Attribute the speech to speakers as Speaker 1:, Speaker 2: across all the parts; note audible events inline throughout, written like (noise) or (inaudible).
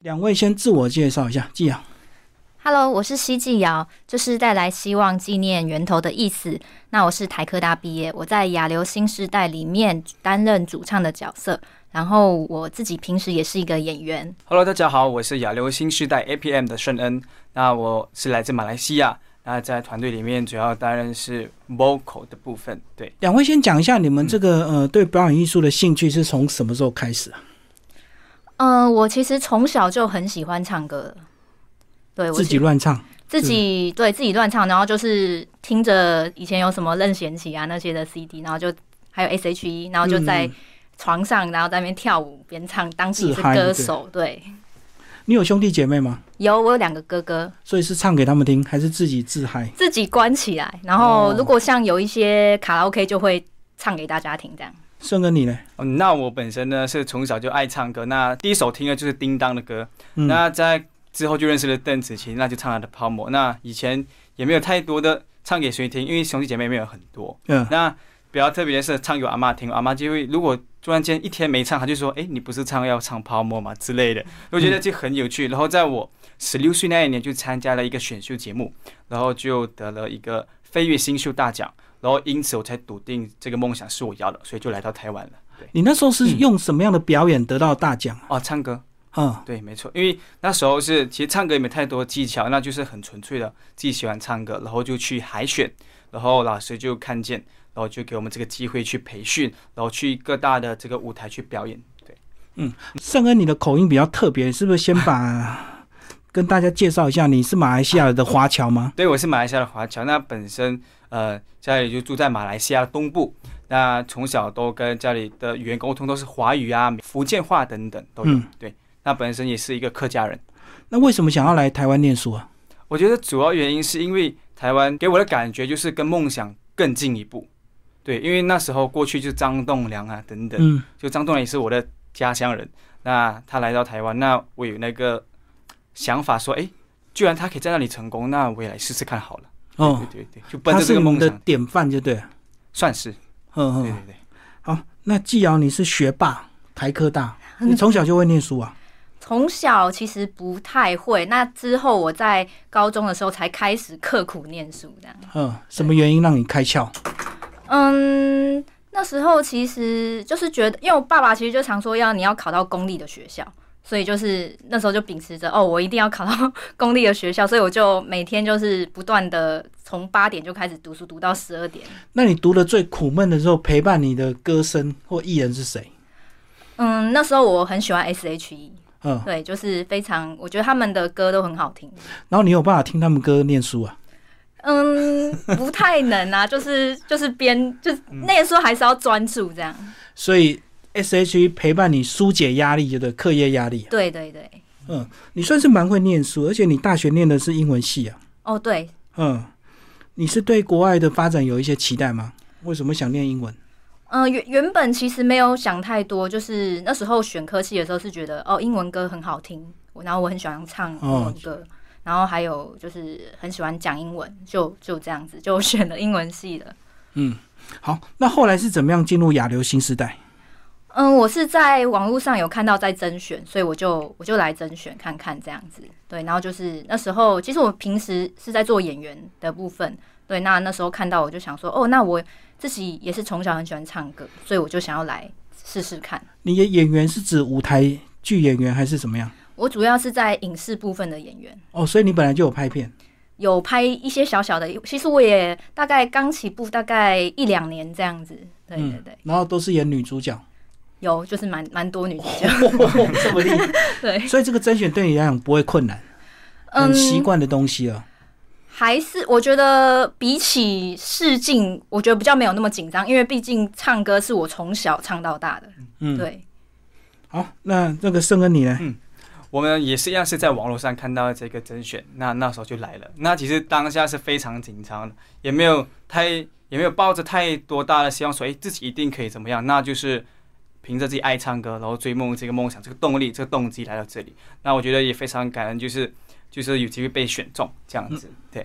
Speaker 1: 两位先自我介绍一下，季阳。
Speaker 2: Hello，我是西季瑶，就是带来希望纪念源头的意思。那我是台科大毕业，我在亚流新时代里面担任主唱的角色，然后我自己平时也是一个演员。
Speaker 3: Hello，大家好，我是亚流新时代 APM 的圣恩，那我是来自马来西亚，那在团队里面主要担任是 vocal 的部分。对，
Speaker 1: 两位先讲一下你
Speaker 3: 嗯
Speaker 1: 们这个、呃对表演艺术的兴趣是从什么时候开始啊？
Speaker 2: 嗯、我其实从小就很喜欢唱歌了，对我
Speaker 1: 自己
Speaker 2: 是
Speaker 1: 乱唱，
Speaker 2: 自己对自己乱唱，然后就是听着以前有什么任贤齐啊那些的 CD，然后就还有 S.H.E，然后就在
Speaker 1: 嗯
Speaker 2: 床上，然后在那边跳舞边唱，当自己
Speaker 1: 自
Speaker 2: 是
Speaker 1: 嗨对
Speaker 2: 歌手。对，
Speaker 1: 你有兄弟姐妹吗？
Speaker 2: 有我有两个哥哥，
Speaker 1: 所以是唱给他们听，还是自己自嗨？
Speaker 2: 自己关起来，然后
Speaker 1: 哦
Speaker 2: 如果像有一些卡拉 OK 就会唱给大家听这样。
Speaker 1: 顺跟你呢？
Speaker 3: 嗯，那我本身呢是从小就爱唱歌，那第一首听的就是叮当的歌，
Speaker 1: 嗯，
Speaker 3: 那在之后就认识了邓紫棋，那就唱她的《泡沫》。那以前也没有太多的唱给谁听，因为兄弟姐妹没有很多。
Speaker 1: 嗯
Speaker 3: (laughs) 那比较特别的是唱给我阿妈听，我阿妈就会如果突然间一天没唱，她就说：“哎、你不是唱要唱泡沫吗？”之类的，我觉得就很有趣。然后在我十六岁那一年就参加了一个选秀节目，然后就得了一个飞跃新秀大奖，然后因此我才笃定这个梦想是我要的，所以就来到台湾了。对，
Speaker 1: 你那时候
Speaker 3: 嗯
Speaker 1: 是用什么样的表演得到大奖啊？
Speaker 3: 哦，唱歌。
Speaker 1: 嗯，
Speaker 3: 对，没错，因为那时候是其实唱歌也没太多技巧，那就是很纯粹的自己喜欢唱歌，然后就去海选，然后老师就看见，然后就给我们这个机会去培训，然后去各大的这个舞台去表演。对，
Speaker 1: 圣恩，你的口音比较特别，是不是先把
Speaker 3: (laughs)
Speaker 1: 跟大家介绍一下，你是马来西亚的华侨吗？
Speaker 3: 对我是马来西亚的华侨，那本身呃家里就住在马来西亚东部，那从小都跟家里的语言沟通都是华语啊、福建话等等都有。
Speaker 1: 嗯
Speaker 3: 对，那本身也是一个客家人。
Speaker 1: 那为什么想要来台湾念书啊？
Speaker 3: 我觉得主要原因是因为台湾给我的感觉就是跟梦想更进一步。对，因为那时候过去就是张栋梁啊等等，
Speaker 1: 嗯，
Speaker 3: 就张栋梁也是我的家乡人。那他来到台湾，那我有那个想法说，哎，居然他可以在那里成功，那我也来试试看好了。
Speaker 1: 哦，
Speaker 3: 对对对，就奔
Speaker 1: 他
Speaker 3: 着
Speaker 1: 是
Speaker 3: 这个
Speaker 1: 你们
Speaker 3: 梦
Speaker 1: 的
Speaker 3: 想，
Speaker 1: 典范就对了。
Speaker 3: 算是
Speaker 1: 嗯
Speaker 3: 对对
Speaker 1: 嗯，
Speaker 3: 对。
Speaker 1: 好，那季瑶你是学霸，台科大，
Speaker 2: 嗯
Speaker 1: 你从小就会念书啊？
Speaker 2: 从小其实不太会，那之后我在高中的时候才开始刻苦念书这样。
Speaker 1: 嗯，什么原因让你开窍？
Speaker 2: 嗯，那时候其实就是觉得，因为我爸爸其实就常说要你要考到公立的学校，所以就是那时候就秉持着哦，我一定要考到公立的学校，所以我就每天就是不断的从八点就开始读书，读到十二点。
Speaker 1: 那你读的最苦闷的时候，陪伴你的歌声或艺人是谁？
Speaker 2: 嗯，那时候我很喜欢 E S.H.E。
Speaker 1: 嗯，
Speaker 2: 对，就是非常，我觉得他们的歌都很好听。
Speaker 1: 然后你有办法听他们歌念书啊？
Speaker 2: 嗯，不太能啊，就是就是边就是那个时候还是要专注这样。
Speaker 1: 所以 S.H.E 陪伴你疏解压力，对不对？课业压力啊、
Speaker 2: 对对对，
Speaker 1: 你算是蛮会念书，而且你大学念的是英文系啊。
Speaker 2: 哦对，
Speaker 1: 嗯，你是对国外的发展有一些期待吗？为什么想念英文？
Speaker 2: 嗯、原原本其实没有想太多，就是那时候选科系的时候是觉得哦，英文歌很好听，我然后我很喜欢唱英文歌，然后还有就是很喜欢讲英文，就就这样子就选了英文系了。
Speaker 1: 好，那后来是怎么样进入亚流新时代？
Speaker 2: 嗯，我是在网络上有看到在甄选，所以我就我就来甄选看看这样子。对，然后就是那时候，其实我平时是在做演员的部分。对，那那时候看到我就想说，哦，那我自己也是从小很喜欢唱歌，所以我就想要来试试看。
Speaker 1: 你的演员是指舞台剧演员还是怎么样？
Speaker 2: 我主要是在影视部分的演员，
Speaker 1: 哦，所以你本来就有拍片。
Speaker 2: 有拍一些小小的，其实我也大概刚起步，大概一两年这样子。对对对，
Speaker 1: 然后都是演女
Speaker 3: (laughs)
Speaker 1: 主角，
Speaker 2: 有就是蛮蛮多女主角，
Speaker 1: 这么厉害。
Speaker 2: 对，嗯
Speaker 1: 所以这个甄选对你来讲不会困难，很习惯的东西啊了。
Speaker 2: 还是我觉得比起试镜，我觉得比较没有那么紧张，因为毕竟唱歌是我从小唱到大的。
Speaker 1: 嗯
Speaker 2: 对，
Speaker 1: 好，那那个圣恩你呢？
Speaker 3: 嗯我们也是一样是在网络上看到这个甄选，那那时候就来了。那其实当下是非常紧张的，也没有太也没有抱着太多大的希望说，哎，自己一定可以怎么样，那就是凭着自己爱唱歌，然后追梦这个梦想、这个动力、这个动机来到这里。那我觉得也非常感恩，就是就是有机会被选中这样子。对，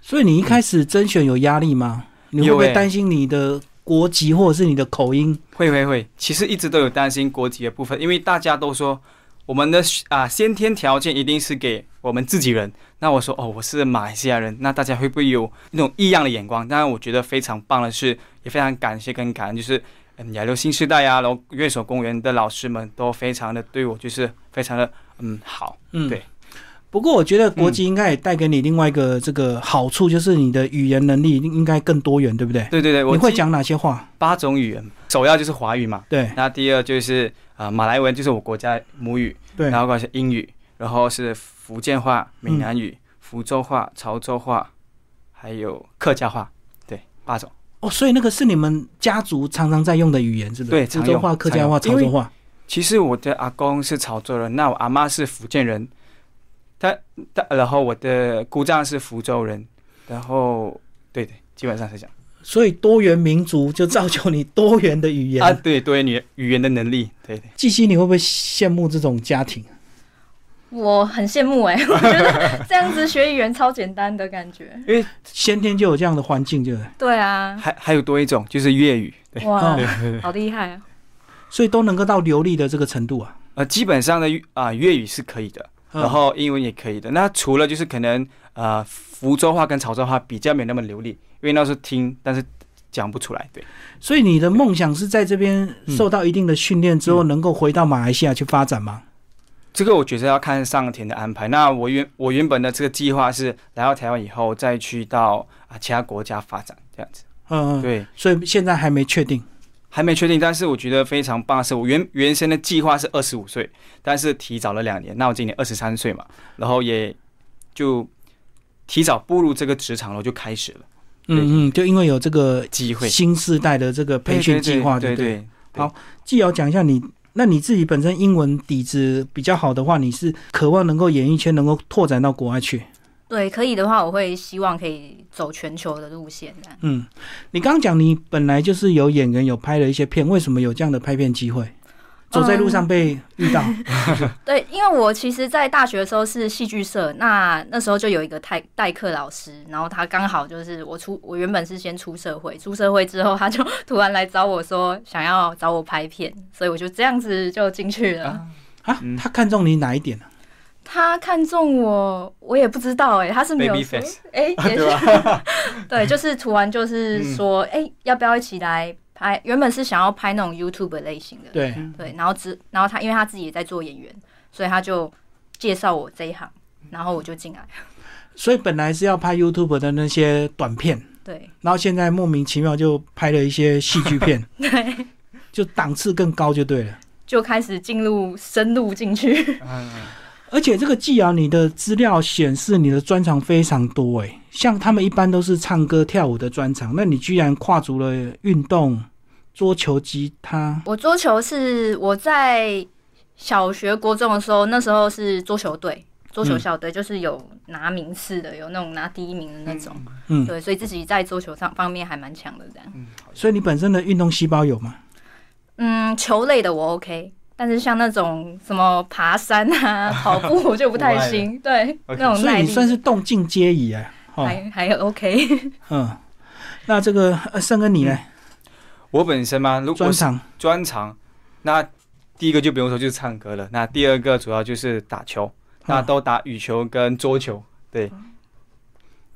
Speaker 1: 所以你一开始甄选有压力吗？你会不
Speaker 3: 有
Speaker 1: 会
Speaker 3: 欸
Speaker 1: 担心你的国籍或者是你的口音？
Speaker 3: 会会会，其实一直都有担心国籍的部分，因为大家都说我们的啊先天条件一定是给我们自己人。那我说哦，我是马来西亚人，那大家会不会有那种异样的眼光？当然，我觉得非常棒的是，也非常感谢跟感恩，就是嗯亚洲新时代啊，然后乐手公园的老师们都非常的对我就是非常的嗯好，
Speaker 1: 嗯，
Speaker 3: 对。嗯
Speaker 1: 不过我觉得国籍应该也带给你另外一个这个好处，就是你的语言能力应该更多元，对不对？
Speaker 3: 对对对，我
Speaker 1: 你会
Speaker 3: 记
Speaker 1: 讲哪些话？
Speaker 3: 八种语言，首要就是华语嘛，
Speaker 1: 对
Speaker 3: 那第二就是啊、呃马来文就是我国家母语，
Speaker 1: 对，
Speaker 3: 然后过来是英语，然后是福建话、闽南语、福州话、潮州话，还有客家话，对，八种。
Speaker 1: 哦，所以那个是你们家族常常在用的语言，是不是？
Speaker 3: 对
Speaker 1: 福
Speaker 3: 常
Speaker 1: 州
Speaker 3: 用
Speaker 1: 话、客家话、
Speaker 3: 常
Speaker 1: 潮
Speaker 3: 用
Speaker 1: 州话。
Speaker 3: 其实我的阿公是潮州人，那我阿妈是福建人，他他然后我的姑丈是福州人，然后对对，基本上是这样
Speaker 1: 所以多元民族就造就你多元的语言。
Speaker 3: 啊，对多元语语言的能力，对对，
Speaker 1: 季西，你会不会羡慕这种家庭？啊
Speaker 2: 我很羡慕哎、我觉得这样子学语言超简单的感 (laughs) 觉。
Speaker 3: 因为
Speaker 1: 先天就有这样的环境，就是
Speaker 2: 对啊，
Speaker 3: 还还有多一种就是粤语，对。
Speaker 2: 哇
Speaker 1: 哦，
Speaker 2: 好厉害啊！
Speaker 1: 所以都能够到流利的这个程度啊。
Speaker 3: 呃，基本上的啊、粤语是可以的，
Speaker 1: 嗯
Speaker 3: 然后英文也可以的。那除了就是可能呃福州话跟潮州话比较没那么流利，因为那时候听，但是讲不出来。对，
Speaker 1: 所以你的梦想是在这边
Speaker 3: 嗯
Speaker 1: 受到一定的训练之后，能够回到马来西亚去发展吗？
Speaker 3: 这个我觉得要看上天的安排。那我原我原本的这个计划是来到台湾以后再去到啊、其他国家发展这样子。
Speaker 1: 嗯，嗯
Speaker 3: 对，
Speaker 1: 所以现在还没确定。
Speaker 3: 还没确定，但是我觉得非常棒的是，我原原先的计划是二十五岁，但是提早了两年。那我今年二十三岁嘛，然后也就提早步入这个职场了，就开始了对
Speaker 1: 嗯嗯，就因为有这个
Speaker 3: 机会。
Speaker 1: 新时代的这个培训计划，
Speaker 3: 对
Speaker 1: 不对？
Speaker 3: 对，
Speaker 1: 既要讲一下你，那你自己本身英文底子比较好的话，你是渴望能够演艺圈能够拓展到国外去。
Speaker 2: 对，可以的话，我会希望可以走全球的路线这样。
Speaker 1: 嗯，你刚刚讲你本来就是有演员，有拍了一些片，为什么有这样的拍片机会？走在路上被遇到，
Speaker 2: 对，因为我其实，在大学的时候是戏剧社，那那时候就有一个代代课老师，然后他刚好就是我出，我原本是先出社会，出社会之后，他就 (laughs) 突然来找我说想要找我拍片，所以我就这样子就进去了。
Speaker 3: 啊
Speaker 1: (laughs) 啊
Speaker 3: 嗯，
Speaker 1: 他看中你哪一点呢、啊
Speaker 2: 他看中我，我也不知道哎、他是没有说
Speaker 3: Babyface
Speaker 2: 哎、也
Speaker 3: 啊对
Speaker 2: 是对，就是 (laughs) 突然就是
Speaker 3: 嗯
Speaker 2: 说哎、要不要一起来拍？原本是想要拍那种 YouTube 类型的，
Speaker 1: 对，
Speaker 2: 对，然后之然后他因为他自己也在做演员，所以他就介绍我这一行，然后我就进来。
Speaker 1: 所以本来是要拍 YouTube 的那些短片，
Speaker 2: 对
Speaker 1: 然后现在莫名其妙就拍了一些戏剧片，
Speaker 2: 对，
Speaker 1: 就档次更高就对了。
Speaker 2: 就开始进入深入进去。 (laughs)
Speaker 1: 嗯而且这个季瑶，你的资料显示你的专长非常多诶，像他们一般都是唱歌跳舞的专长，那你居然跨足了运动、桌球、吉他，
Speaker 2: 我桌球是我在小学、国中的时候，那时候是桌球队。桌
Speaker 1: 嗯
Speaker 2: 球校队就是有拿名次的，有那种拿第一名的那种，
Speaker 1: 嗯，
Speaker 2: 对，所以自己在桌球上方面还蛮强的。这样，
Speaker 1: 所以你本身的运动细胞有吗？
Speaker 2: 嗯，球类的我 OK，但是像那种什么爬山啊、跑步，我就不太行。对，那种
Speaker 3: OK
Speaker 1: 所
Speaker 2: 哦耐
Speaker 1: 以
Speaker 2: 力
Speaker 1: 你
Speaker 2: 的
Speaker 1: 算是动静皆宜啊。哦，
Speaker 2: 还还 OK。
Speaker 1: 嗯，那这个呃胜哥你呢？
Speaker 3: 嗯我本身嘛，如
Speaker 1: 专
Speaker 3: 果是
Speaker 1: 场
Speaker 3: 专长，那第一个就不用说就是唱歌了，那第二个主要就是打球，
Speaker 2: 啊
Speaker 3: 那
Speaker 1: 嗯
Speaker 3: 都打羽球跟
Speaker 2: (laughs)
Speaker 3: 桌球。对，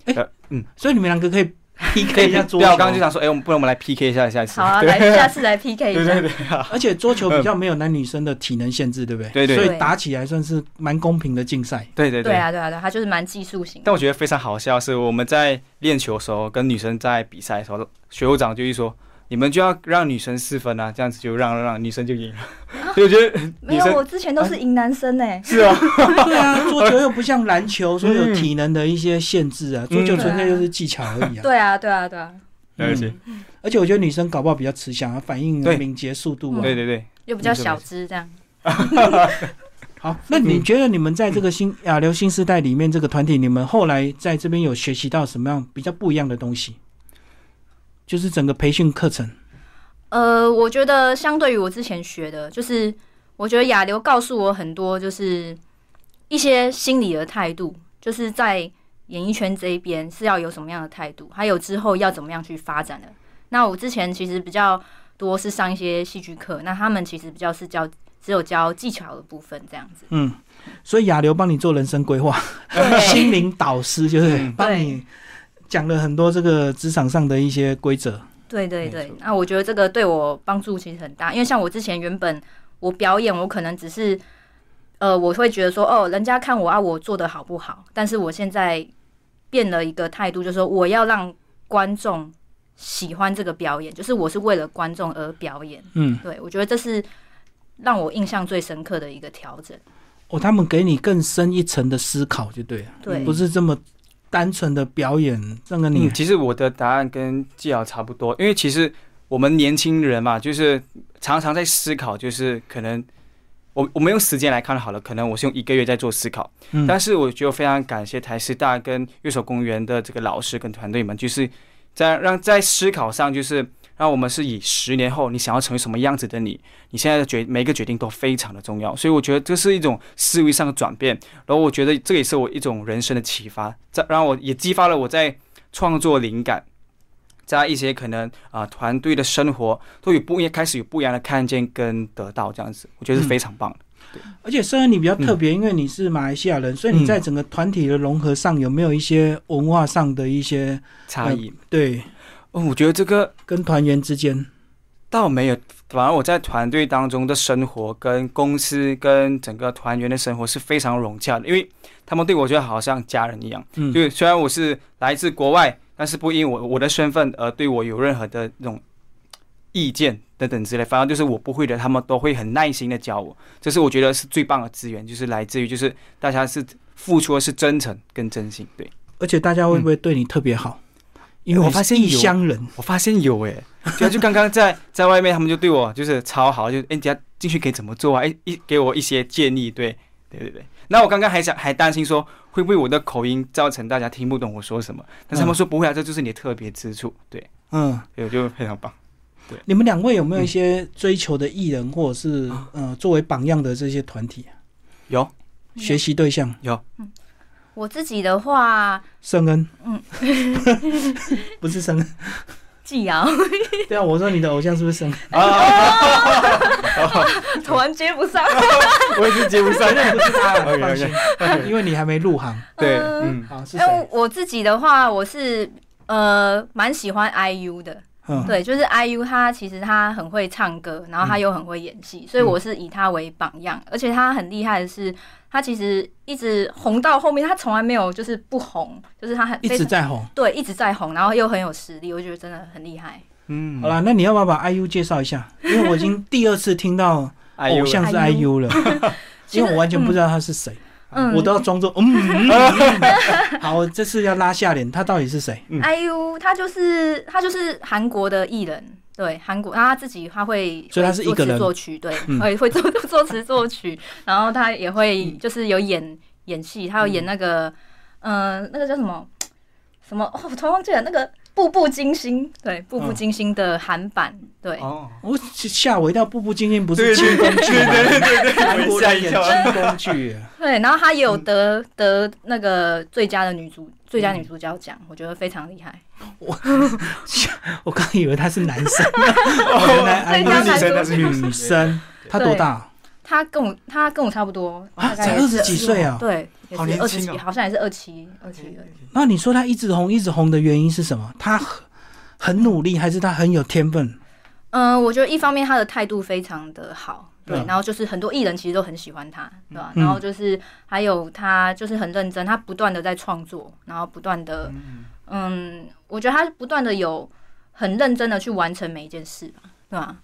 Speaker 1: 哎
Speaker 3: 呃嗯，
Speaker 1: 所以你们两个可以 PK 一下桌
Speaker 3: 对
Speaker 1: 球。
Speaker 3: 啊，我刚刚就想说，哎，我们不然我们来 PK 一下下一次
Speaker 2: 好。啊，来下次来 PK 一
Speaker 3: 对
Speaker 2: 下
Speaker 3: 对。对啊，
Speaker 1: 而且桌球比较没有男女生的体能限制，对不对？
Speaker 3: 对对
Speaker 1: 所以
Speaker 2: 对
Speaker 1: 打起来算是蛮公平的竞赛。
Speaker 3: 对对
Speaker 2: 对
Speaker 3: 对。
Speaker 2: 啊，对啊，对啊，他就是蛮技术型的。
Speaker 3: 但我觉得非常好笑是，我们在练球的时候，跟女生在比赛的时候，学务长就一说，你们就要让女生四分啊，这样子就让让女生 (laughs) 就赢了。
Speaker 2: 啊
Speaker 3: 所以我觉得
Speaker 2: 没
Speaker 3: 女
Speaker 2: 有，
Speaker 3: 生
Speaker 2: 我之前都是赢男生欸呢、
Speaker 3: 是啊，
Speaker 1: 对啊， (laughs) 桌球又不像篮球说有体能的一些限制啊，桌球纯粹就是技巧而已啊。
Speaker 2: 对啊，对啊，对啊，
Speaker 3: 了解
Speaker 1: 嗯而且我觉得女生搞不好比较慈祥啊，反应
Speaker 3: 对
Speaker 1: 敏捷速度啊。
Speaker 3: 对对对，
Speaker 2: 又比较小只这样。
Speaker 1: 好，那你觉得你们在这个
Speaker 3: 嗯
Speaker 1: 新啊流行时代里面这个团体，你们后来在这边有学习到什么样比较不一样的东西？就是整个培训课程，
Speaker 2: 呃，我觉得相对于我之前学的，就是我觉得亚流告诉我很多，就是一些心理的态度，就是在演艺圈这一边是要有什么样的态度，还有之后要怎么样去发展的。那我之前其实比较多是上一些戏剧课，那他们其实比较是教只有教技巧的部分这样子。
Speaker 1: 嗯，所以亚流帮你做人生规划，心
Speaker 2: 对，
Speaker 1: 灵导师就是
Speaker 3: 嗯
Speaker 1: 帮你讲了很多这个职场上的一些规则。
Speaker 2: 对对
Speaker 3: 没
Speaker 2: 对
Speaker 3: 错。
Speaker 2: 那我觉得这个对我帮助其实很大，因为像我之前原本我表演，我可能只是呃，我会觉得说哦，人家看我啊，我做的好不好？但是我现在变了一个态度，就是说我要让观众喜欢这个表演，就是我是为了观众而表演。
Speaker 1: 嗯，
Speaker 2: 对，我觉得这是让我印象最深刻的一个调整。
Speaker 1: 哦，他们给你更深一层的思考就对了，
Speaker 2: 对
Speaker 1: 不是这么单纯的表演。这个你
Speaker 3: 嗯，其实我的答案跟季瑶差不多，因为其实我们年轻人嘛，就是常常在思考，就是可能我我们用时间来看好了，可能我是用一个月在做思考，
Speaker 1: 嗯
Speaker 3: 但是我就非常感谢台师大跟乐手公园的这个老师跟团队们，就是在让在思考上，就是让我们是以十年后你想要成为什么样子的你，你现在的决每一个决定都非常的重要，所以我觉得这是一种思维上的转变，然后我觉得这也是我一种人生的启发，在让我也激发了我在创作灵感。在一些可能啊、团队的生活都有不一开始有不一样的看见跟得到这样子，我觉得是非常棒的。
Speaker 1: 而且虽然你比较特
Speaker 3: 嗯
Speaker 1: 别，因为你是马来西亚人，所以你在整个团体的融合上有没有一些文化上的一些
Speaker 3: 差
Speaker 1: 嗯
Speaker 3: 异。
Speaker 1: 对
Speaker 3: 哦，我觉得这个
Speaker 1: 跟团员之间？
Speaker 3: 倒没有，反而我在团队当中的生活跟公司跟整个团员的生活是非常融洽的，因为他们对我觉得好像家人一样。
Speaker 1: 嗯
Speaker 3: 就虽然我是来自国外，但是不因我我的身份而对我有任何的那种意见等等之类，反而就是我不会的，他们都会很耐心的教我。这是我觉得是最棒的资源，就是来自于就是大家是付出的是真诚跟真心。对
Speaker 1: 而且大家会不会对你特别好？因为
Speaker 3: 嗯我
Speaker 1: 你是
Speaker 3: 发现
Speaker 1: 异
Speaker 3: 有
Speaker 1: 乡人，
Speaker 3: 我发现有诶、对啊，就刚刚在在外面，他们就对我就是超好，就哎，诶你等下进去可以怎么做啊？哎，一给我一些建议，对，对对对。那我刚刚还想还担心说，会不会我的口音造成大家听不懂我说什么？但是他们说不会啊，这就是你的特别之处，对，
Speaker 1: 嗯，
Speaker 3: 所以我就非常棒。
Speaker 1: 你们两位有没有一些追求的艺人，或者是
Speaker 3: 嗯
Speaker 1: 呃作为榜样的这些团体、
Speaker 3: 有
Speaker 1: 学习对象？
Speaker 2: 我自己的话，
Speaker 1: 圣恩，
Speaker 2: 嗯，
Speaker 1: (laughs) 不是圣
Speaker 2: (laughs)
Speaker 1: 恩，
Speaker 2: 季
Speaker 3: (laughs)
Speaker 2: 瑶
Speaker 1: 对啊，我说你的偶像是不是圣恩？
Speaker 3: 啊，
Speaker 2: 突然接不上，
Speaker 3: 我也是接不上， (laughs)
Speaker 1: 不是他
Speaker 3: OK，OK
Speaker 1: 放心，因为你还没入行。
Speaker 3: 对，
Speaker 2: 嗯
Speaker 3: 嗯，
Speaker 1: 好，是
Speaker 2: 因为
Speaker 1: 谁？
Speaker 2: 我自己的话，我是呃蛮喜欢 IU 的，
Speaker 1: 嗯，
Speaker 2: 对，就是 IU 他其实他很会唱歌，然后他又很会演戏，所以我是以他为榜
Speaker 1: 嗯
Speaker 2: 样。而且他很厉害的是，他其实一直红到后面，他从来没有就是不红，就是他很
Speaker 1: 一直
Speaker 2: 非常
Speaker 1: 在红。
Speaker 2: 对一直在红，然后又很有实力，我觉得真的很厉害。
Speaker 3: 嗯，
Speaker 1: 好啦，那你要不要把 IU 介绍一
Speaker 3: (laughs)
Speaker 1: 下？因为我已经第二次听到
Speaker 3: 哎呦，
Speaker 1: 偶像是 IU 了，因为我完全不知道他是谁，
Speaker 2: 嗯
Speaker 1: 啊我都要装作嗯。嗯嗯嗯 (laughs) 好，我这次要拉下脸，他到底是谁？
Speaker 3: 嗯
Speaker 2: IU 他就是他就是韩国的艺人，对韩国，然后他自己他会，
Speaker 1: 所以他是一个人
Speaker 2: 会作词作曲，对，
Speaker 1: 嗯
Speaker 2: (laughs) 会会做作词作曲，然后他也会就是有演演戏，他有演那个，嗯，那个叫什么什么，哦，我突然忘记了那个《步步惊心》，对，《步步惊心》的韩版，对，
Speaker 3: 哦，
Speaker 1: 我吓我一跳，步步惊心不
Speaker 3: 对
Speaker 1: 是轻 (laughs) 功剧吗？
Speaker 3: 对对对
Speaker 1: 韩国人演
Speaker 3: 我也吓啊
Speaker 1: 轻功剧，
Speaker 2: 对，然后他也有
Speaker 1: 嗯
Speaker 2: 得得那个最佳的女主最佳女主角奖，我觉得非常厉害。
Speaker 1: 我刚以为他是男
Speaker 3: (laughs)
Speaker 1: 生，哦原来安
Speaker 2: 对他
Speaker 1: 妮
Speaker 2: 男
Speaker 1: 是
Speaker 2: 生
Speaker 3: 哦他是
Speaker 1: 女生，他多大？
Speaker 2: 他跟我他跟我差不多，
Speaker 1: 啊
Speaker 2: 大概
Speaker 1: 才
Speaker 2: 也是
Speaker 1: 20几岁啊
Speaker 2: 对，也
Speaker 3: 好
Speaker 2: 是
Speaker 3: 年
Speaker 2: 二十
Speaker 3: 轻
Speaker 2: 几，
Speaker 3: 哦
Speaker 2: 好像也是二七二七二。
Speaker 1: 那你说他一直红，一直红的原因是什么？他很很努力，还是他很有天分？
Speaker 2: 嗯，我觉得一方面他的态度非常的好，对
Speaker 1: 嗯，
Speaker 2: 然后就是很多艺人其实都很喜欢他，对吧？
Speaker 1: 嗯
Speaker 2: 然后就是还有他就是很认真，他不断的在创作，然后不断的，嗯，我觉得他不断的有很认真的去完成每一件事吧，对吧？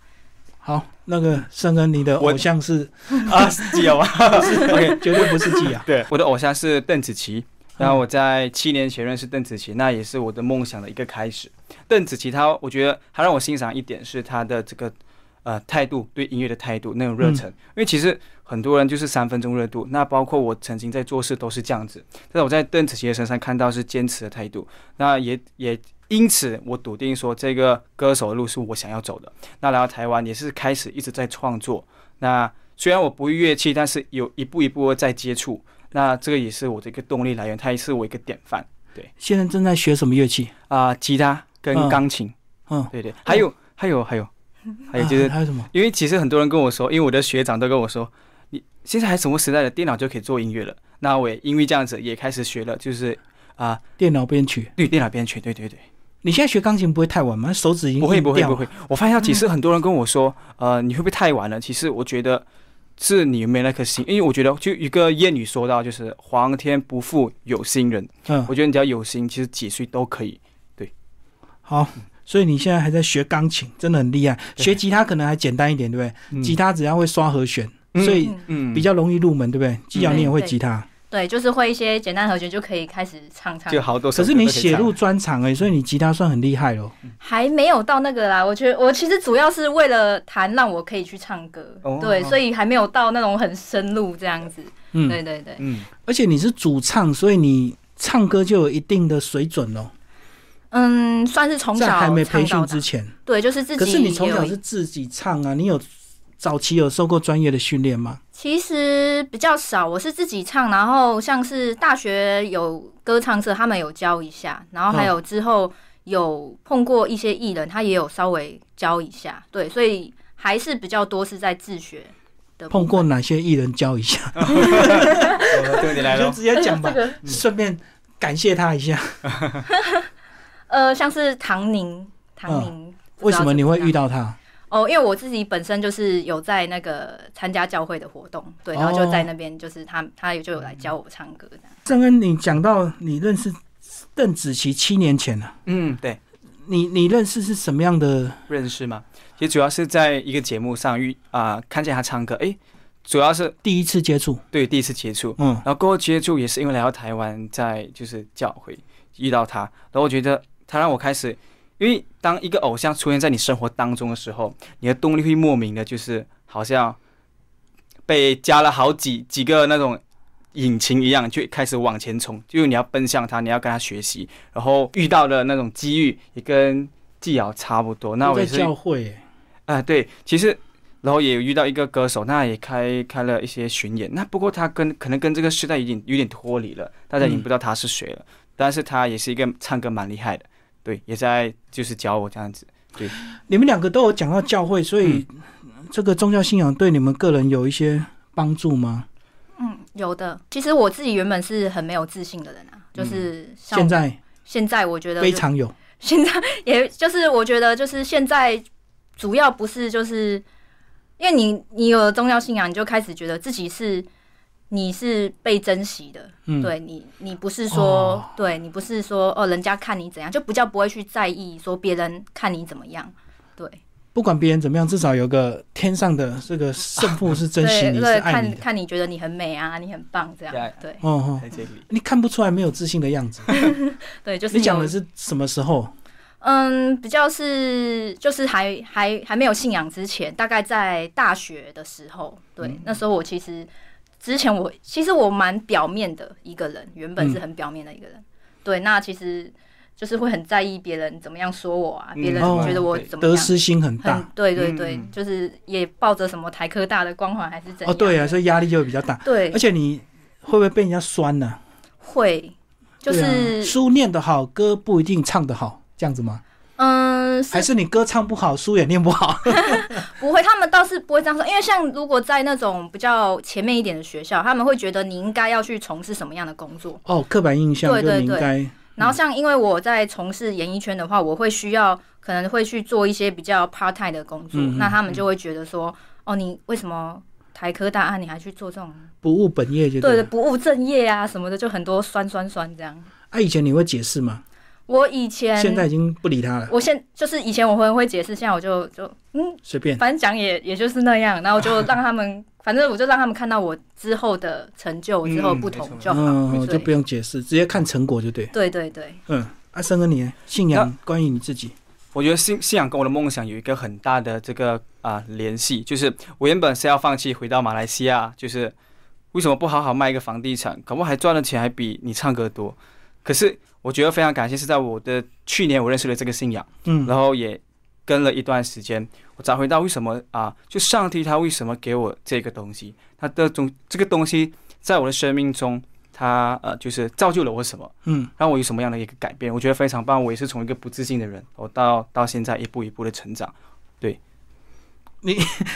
Speaker 1: 好，那个圣恩，你的
Speaker 3: 我
Speaker 1: 偶像
Speaker 3: (laughs)
Speaker 1: 是
Speaker 3: 啊，是有啊，OK，
Speaker 1: 绝对不是季
Speaker 3: (laughs)
Speaker 1: 啊。
Speaker 3: 对，我的偶像是邓紫棋。然后我在七年前认识邓紫棋，那也是我的梦想的一个开始。邓紫棋她，我觉得她让我欣赏一点是她的这个呃态度，对音乐的态度那种热忱。因为其实很多人就是三分钟热度，那包括我曾经在做事都是这样子。但是我在邓紫棋的身上看到是坚持的态度，那也也因此我笃定说这个歌手的路是我想要走的。那来到台湾也是开始一直在创作，那虽然我不会乐器，但是有一步一步地在接触。那这个也是我的一个动力来源，它也是我一个典范
Speaker 1: 现在正在学什么乐器？
Speaker 3: 啊、吉他跟
Speaker 1: 嗯
Speaker 3: 钢琴，
Speaker 1: 嗯，
Speaker 3: 对对，还有、还有还有还有哎就是
Speaker 1: 啊还有什么？
Speaker 3: 因为其实很多人跟我说，因为我的学长都跟我说，你现在还什么时代的电脑就可以做音乐了？那我也因为这样子也开始学了，就是啊，
Speaker 1: 电脑编曲。
Speaker 3: 对电脑编曲，对对对，
Speaker 1: 你现在学钢琴不会太晚吗？手指已经
Speaker 3: 不会不会
Speaker 1: 硬掉嗯
Speaker 3: 不
Speaker 1: 了
Speaker 3: 会。我发现到其实很多人跟我说，呃，你会不会太晚了？其实我觉得是你有没有那颗心，因为我觉得就一个谚语说到，就是皇天不负有心人。
Speaker 1: 嗯，
Speaker 3: 我觉得你只要有心，其实几岁都可以。
Speaker 1: 好。所以你现在还在学钢琴，真的很厉害。
Speaker 3: 对
Speaker 1: 学吉他可能还简单一点，对不对？吉他只要会刷和弦，
Speaker 3: 嗯
Speaker 1: 所以
Speaker 3: 嗯
Speaker 1: 比较容易入门，对不对？技巧你也会
Speaker 2: 对
Speaker 1: 吉他，
Speaker 2: 对，就是会一些简单和弦就可以开始唱唱
Speaker 3: 就，好多
Speaker 1: 可
Speaker 3: 首歌
Speaker 1: 是
Speaker 3: 都可以
Speaker 1: 你
Speaker 3: 唱。
Speaker 1: 写入专场哎，所以你吉他算很厉害咯。
Speaker 2: 还没有到那个啦。我觉得我其实主要是为了弹，让我可以去唱歌，
Speaker 3: 哦
Speaker 2: 对，所以还没有到那种很深入这样子。
Speaker 1: 嗯，
Speaker 2: 对对对，
Speaker 3: 嗯
Speaker 1: 而且你是主唱，所以你唱歌就有一定的水准咯。
Speaker 2: 嗯，算是从小
Speaker 1: 在还没培
Speaker 2: 唱
Speaker 1: 训
Speaker 2: 到
Speaker 1: 之
Speaker 2: 大，
Speaker 1: 前，
Speaker 2: 对，就是自己
Speaker 1: 可
Speaker 2: 有。
Speaker 1: 是你从小是自己唱啊，你有早期有受过专业的训练吗？
Speaker 2: 其实比较少，我是自己唱，然后像是大学有歌唱社，他们有教一下，然后
Speaker 1: 嗯
Speaker 2: 还有之后有碰过一些艺人，他也有稍微教一下，对，所以还是比较多是在自学的部分。
Speaker 1: 碰过哪些艺人教一下？
Speaker 3: 哦重点来
Speaker 1: 你 (laughs) 就
Speaker 3: 了，
Speaker 1: 直接讲吧
Speaker 2: 这，个
Speaker 1: 顺便感谢他一下。
Speaker 2: 呃，像是唐宁，唐宁、
Speaker 1: 嗯为什么你会遇
Speaker 2: 到？
Speaker 1: 到他？
Speaker 2: 哦，因为我自己本身就是有在那个参加教会的活动，对，然
Speaker 1: 哦
Speaker 2: 后就在那边，就是他他也就有来教我唱歌这样。
Speaker 1: 郑恩，你讲到你认识邓紫棋七年前了、
Speaker 3: 嗯对。
Speaker 1: 你你认识是什么样的？
Speaker 3: 认识嘛，其实主要是在一个节目上遇啊、看见他唱歌，诶，主要是
Speaker 1: 第一次接触，
Speaker 3: 对第一次接触，
Speaker 1: 嗯，
Speaker 3: 然后过后接触也是因为来到台湾，在就是教会遇到他，然后我觉得他让我开始，因为当一个偶像出现在你生活当中的时候，你的动力会莫名的，就是好像被加了好几几个那种。引擎一样就开始往前冲，就是你要奔向他，你要跟他学习，然后遇到的那种机遇也跟季瑶差不多。那
Speaker 1: 都
Speaker 3: 我也
Speaker 1: 在
Speaker 3: 是
Speaker 1: 教会耶、
Speaker 3: 啊，对，其实然后也有遇到一个歌手，那也开开了一些巡演，那不过他跟可能跟这个时代有点有点脱离了，大家已经
Speaker 1: 嗯
Speaker 3: 不知道他是谁了，但是他也是一个唱歌蛮厉害的，对，也在就是教我这样子，
Speaker 1: 你们两个都有讲到教会，所以
Speaker 3: 嗯
Speaker 1: 这个宗教信仰对你们个人有一些帮助吗？
Speaker 2: 嗯，有的。其实我自己原本是很没有自信的人啊，就是像
Speaker 1: 嗯现在
Speaker 2: 现在我觉得就
Speaker 1: 非常有，
Speaker 2: 现在也就是我觉得就是现在主要不是就是因为你你有了宗教信仰，你就开始觉得自己是你是被珍惜的，
Speaker 1: 嗯，
Speaker 2: 对你你不是说、
Speaker 1: 哦
Speaker 2: 对你不是说哦人家看你怎样，就比较不会去在意说别人看你怎么样。对
Speaker 1: 不管别人怎么样，至少有个天上的这个圣父是珍惜
Speaker 2: (laughs) 对
Speaker 1: 你，是
Speaker 2: 对，
Speaker 1: 爱你
Speaker 2: 看
Speaker 1: 的。
Speaker 2: 看你觉得你很美啊，你很棒这样。
Speaker 3: 对
Speaker 2: 对
Speaker 1: 哦哦，
Speaker 3: 在这里。
Speaker 1: 你看不出来没有自信的样子。
Speaker 2: 对， (laughs) 就是
Speaker 1: 你讲
Speaker 2: 有
Speaker 1: 的是什么时候？
Speaker 2: 嗯，比较是就是还还还没有信仰之前，大概在大学的时候，对，
Speaker 1: 嗯
Speaker 2: 那时候我其实之前我其实我蛮表面的一个人，原本
Speaker 1: 嗯
Speaker 2: 是很表面的一个人，对，那其实就是会很在意别人怎么样说我啊，
Speaker 3: 嗯
Speaker 2: 别人
Speaker 1: 哦
Speaker 2: 觉得我怎么
Speaker 1: 得
Speaker 2: 样，
Speaker 1: 失心很
Speaker 2: 很
Speaker 1: 大。
Speaker 2: 对对对，
Speaker 3: 嗯
Speaker 2: 就是也抱着什么台科大的光环还是怎样
Speaker 1: 哦，
Speaker 2: 的，
Speaker 1: 对啊，所以压力就会比较大。
Speaker 2: 对
Speaker 1: 而且你会不会被人家酸呢、
Speaker 2: 会就
Speaker 1: 对啊
Speaker 2: 是、
Speaker 1: 书念得好，歌不一定唱得好，这样子吗？
Speaker 2: 嗯是
Speaker 1: 还是你歌唱不好，书也念不好？ (laughs)
Speaker 2: 不会，他们倒是不会这样说，因为像如果在那种比较前面一点的学校，他们会觉得你应该要去从事什么样的工作。
Speaker 1: 哦，刻板印象
Speaker 2: 对
Speaker 1: 就
Speaker 2: 对
Speaker 1: 你应
Speaker 2: 对
Speaker 1: 该
Speaker 2: 然后像因为我在从事演艺圈的话，我会需要可能会去做一些比较 part time 的工作，
Speaker 1: 嗯嗯
Speaker 2: 那他们就会觉得说，哦，你为什么台科大啊，你还去做这种
Speaker 1: 不务本业就
Speaker 2: 对
Speaker 1: 对
Speaker 2: 对
Speaker 1: 了。
Speaker 2: 不务正业啊什么的，就很多酸酸酸这样。
Speaker 1: 啊，以前你会解释吗？
Speaker 2: 我以前
Speaker 1: 现在已经不理他了，
Speaker 2: 我现就是以前我会会解释，现在我就就嗯
Speaker 1: 随便。
Speaker 2: 反正讲也也就是那样，然后我就让他们，反正我就让他们看到我之后的成就，之后不同就好。
Speaker 1: 嗯，
Speaker 2: 对
Speaker 1: 就不用解释，直接看成果就对。
Speaker 2: 对对对，
Speaker 1: 嗯，阿生跟你呢信仰关于你自己，
Speaker 3: 我觉得信信仰跟我的梦想有一个很大的这个啊、联系，就是我原本是要放弃回到马来西亚，就是为什么不好好卖一个房地产，搞不好还赚的钱还比你唱歌多。可是我觉得非常感谢是在我的去年我认识了这个信仰。
Speaker 1: 嗯，
Speaker 3: 然后也跟了一段时间，我找回到为什么啊，就上帝他为什么给我这个东西，他的种这个东西在我的生命中，他呃就是造就了我什么，
Speaker 1: 嗯，
Speaker 3: 让我有什么样的一个改变，我觉得非常棒。我也是从一个不自信的人，我到到现在一步一步的成长。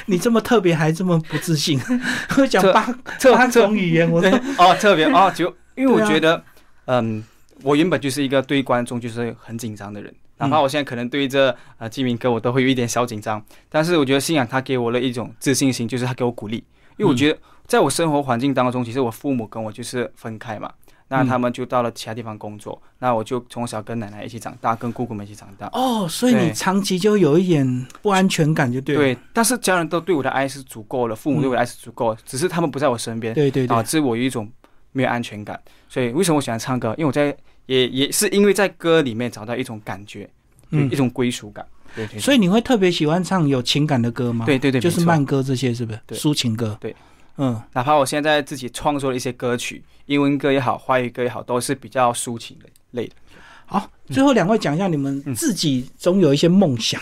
Speaker 1: 你这么特别还这么不自信， (laughs) 会讲
Speaker 3: 这
Speaker 1: 八
Speaker 3: (laughs) 特
Speaker 1: 八
Speaker 3: 特
Speaker 1: 种语言，我
Speaker 3: 对
Speaker 1: 说
Speaker 3: (laughs) 哦，特别哦，
Speaker 1: (laughs)
Speaker 3: 就因为我
Speaker 1: 对啊
Speaker 3: 觉得，嗯，我原本就是一个对观众就是很紧张的人，哪
Speaker 1: 嗯
Speaker 3: 怕我现在可能对这呃金明哥我都会有一点小紧张，但是我觉得信仰他给我了一种自信心，就是他给我鼓励，因为我
Speaker 1: 嗯
Speaker 3: 觉得在我生活环境当中，其实我父母跟我就是分开嘛。那
Speaker 1: 嗯
Speaker 3: 他们就到了其他地方工作，那我就从小跟奶奶一起长大，跟姑姑们一起长大。
Speaker 1: 哦，所以你
Speaker 3: 对
Speaker 1: 长期就有一点不安全感，就对了。
Speaker 3: 对，但是家人都对我的爱是足够了，父母对我的爱是足够，只是他们不在我身边，
Speaker 1: 对对
Speaker 3: 导
Speaker 1: 对，
Speaker 3: 致我有一种没有安全感。所以为什么我喜欢唱歌？因为我在也也是因为在歌里面找到一种感觉，
Speaker 1: 嗯
Speaker 3: 一，种归属感。对对
Speaker 1: 所以你会特别喜欢唱有情感的歌吗？，
Speaker 3: 对对对，
Speaker 1: 啊就是
Speaker 3: 没错。
Speaker 1: 慢歌这些，是不是？
Speaker 3: 对
Speaker 1: 抒情歌。
Speaker 3: 对，
Speaker 1: 嗯，
Speaker 3: 哪怕我现在自己创作了一些歌曲，英文歌也好，华语歌也好，都是比较抒情的类的。
Speaker 1: 好，最后两位讲一下你们
Speaker 3: 嗯
Speaker 1: 自己总有一些梦想，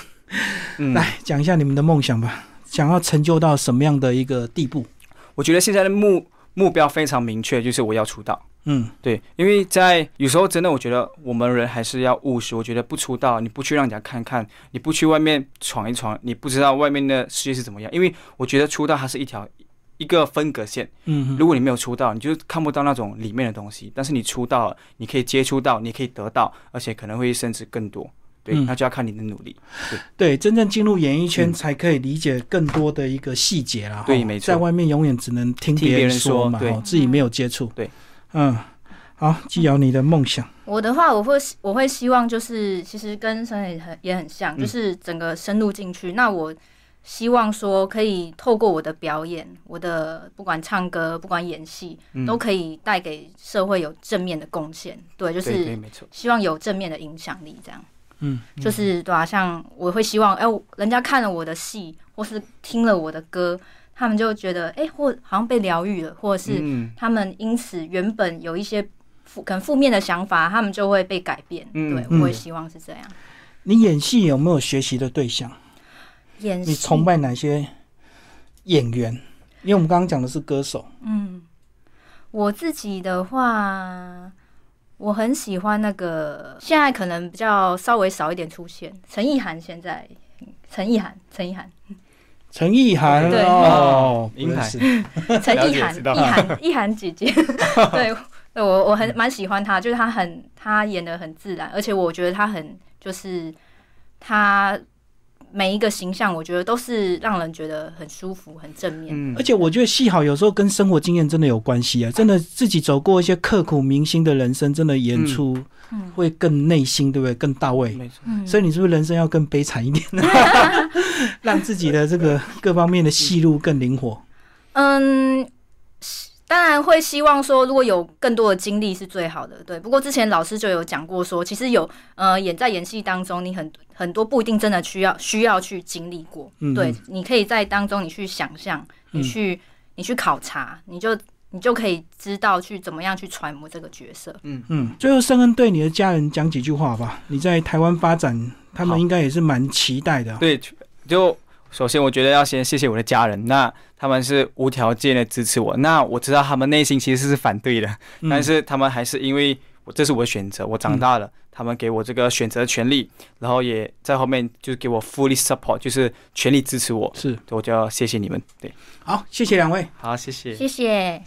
Speaker 3: 嗯，
Speaker 1: 来讲一下你们的梦想吧，想要成就到什么样的一个地步？
Speaker 3: 我觉得现在的目目标非常明确，就是我要出道。
Speaker 1: 嗯
Speaker 3: 对，因为在有时候真的，我觉得我们人还是要务实。我觉得不出道，你不去让人家看看，你不去外面闯一闯，你不知道外面的世界是怎么样。因为我觉得出道它是一条一个分隔线，
Speaker 1: 嗯，
Speaker 3: 如果你没有出道，你就看不到那种里面的东西。但是你出道了，你可以接触到，你可以得到，而且可能会甚至更多。对，
Speaker 1: 嗯
Speaker 3: 那就要看你的努力。
Speaker 1: 对，真正进入演艺圈
Speaker 3: 嗯
Speaker 1: 才可以理解更多的一个细节啦。
Speaker 3: 对
Speaker 1: 吼
Speaker 3: 没错
Speaker 1: 在外面永远只能听
Speaker 3: 听
Speaker 1: 别
Speaker 3: 别
Speaker 1: 人
Speaker 3: 人
Speaker 1: 说
Speaker 3: 说
Speaker 1: 嘛，
Speaker 3: 对
Speaker 1: 吼自己没有接触。
Speaker 3: 对，
Speaker 1: 嗯，好，纪瑶，你的梦想，
Speaker 2: 我的话，我会我会希望就是，其实跟沈也很也很像，
Speaker 3: 嗯
Speaker 2: 就是整个深入进去。那我希望说，可以透过我的表演，我的不管唱歌，不管演戏，
Speaker 3: 嗯，
Speaker 2: 都可以带给社会有正面的贡献。对，就
Speaker 3: 对对，
Speaker 2: 是
Speaker 3: 没错。
Speaker 2: 希望有正面的影响力，这样。
Speaker 1: 嗯，
Speaker 2: 就是对啊，像我会希望，哎、我人家看了我的戏，或是听了我的歌，他们就觉得，哎、或好像被疗愈了，或者是
Speaker 3: 嗯
Speaker 2: 他们因此原本有一些负可能负面的想法，他们就会被改变。
Speaker 3: 嗯
Speaker 2: 对，
Speaker 1: 嗯
Speaker 2: 我也希望是这样。
Speaker 1: 你演戏有没有学习的对象？
Speaker 2: 演戏
Speaker 1: 你崇拜哪些演员？因为我们刚刚讲的是歌手，
Speaker 2: 嗯，我自己的话，我很喜欢那个，现在可能比较稍微少一点出现，陈意涵现在。嗯陈意涵，陈意涵，
Speaker 1: 陈意涵
Speaker 2: 对嗯
Speaker 1: 哦，
Speaker 3: 银海
Speaker 1: 不认识
Speaker 2: 陈
Speaker 3: 了
Speaker 2: 意
Speaker 3: 解
Speaker 2: 涵，
Speaker 3: 知道
Speaker 2: 意涵， (laughs) 意涵姐
Speaker 3: (laughs)
Speaker 2: 姐，对，对我我很蛮喜欢她，就是她很她演的很自然，而且我觉得她很就是她每一个形象，我觉得都是让人觉得很舒服、很正面。
Speaker 3: 嗯
Speaker 1: 而，且我觉得戏好有时候跟生活经验真的有关
Speaker 2: 嗯
Speaker 1: 系啊，真的自己走过一些刻苦铭心的人生，真的演出
Speaker 2: 嗯
Speaker 1: 会更内心，对不对？更到位。
Speaker 3: 没错。
Speaker 2: 嗯，
Speaker 1: 所以你是不是人生要更悲惨一点，
Speaker 2: (laughs)
Speaker 1: 让自己的这个各方面的戏路更灵活？
Speaker 2: 嗯，当然会希望说，如果有更多的经历是最好的，对。不过之前老师就有讲过说，其实有呃演在演戏当中，你很很多不一定真的需要需要去经历过，
Speaker 1: 嗯
Speaker 2: 对，你可以在当中你去想象，
Speaker 1: 嗯
Speaker 2: 你去、你去考察，你就你就可以知道去怎么样去揣摩这个角色。
Speaker 1: 嗯，最后圣恩对你的家人讲几句话吧。你在台湾发展，他们
Speaker 3: 好
Speaker 1: 应该也是蛮期待的。
Speaker 3: (laughs) 对，就首先我觉得要先谢谢我的家人，那他们是无条件的支持我。那我知道他们内心其实是反对的，
Speaker 1: 嗯
Speaker 3: 但是他们还是因为我这是我的选择，我长大了，他们给我这个选择的权利，然后也在后面就给我 fully support，就是全力支持我，
Speaker 1: 嗯是
Speaker 3: 我就要谢谢你们。对，
Speaker 1: 好，谢谢两位。
Speaker 3: 好，谢谢。
Speaker 2: 谢谢。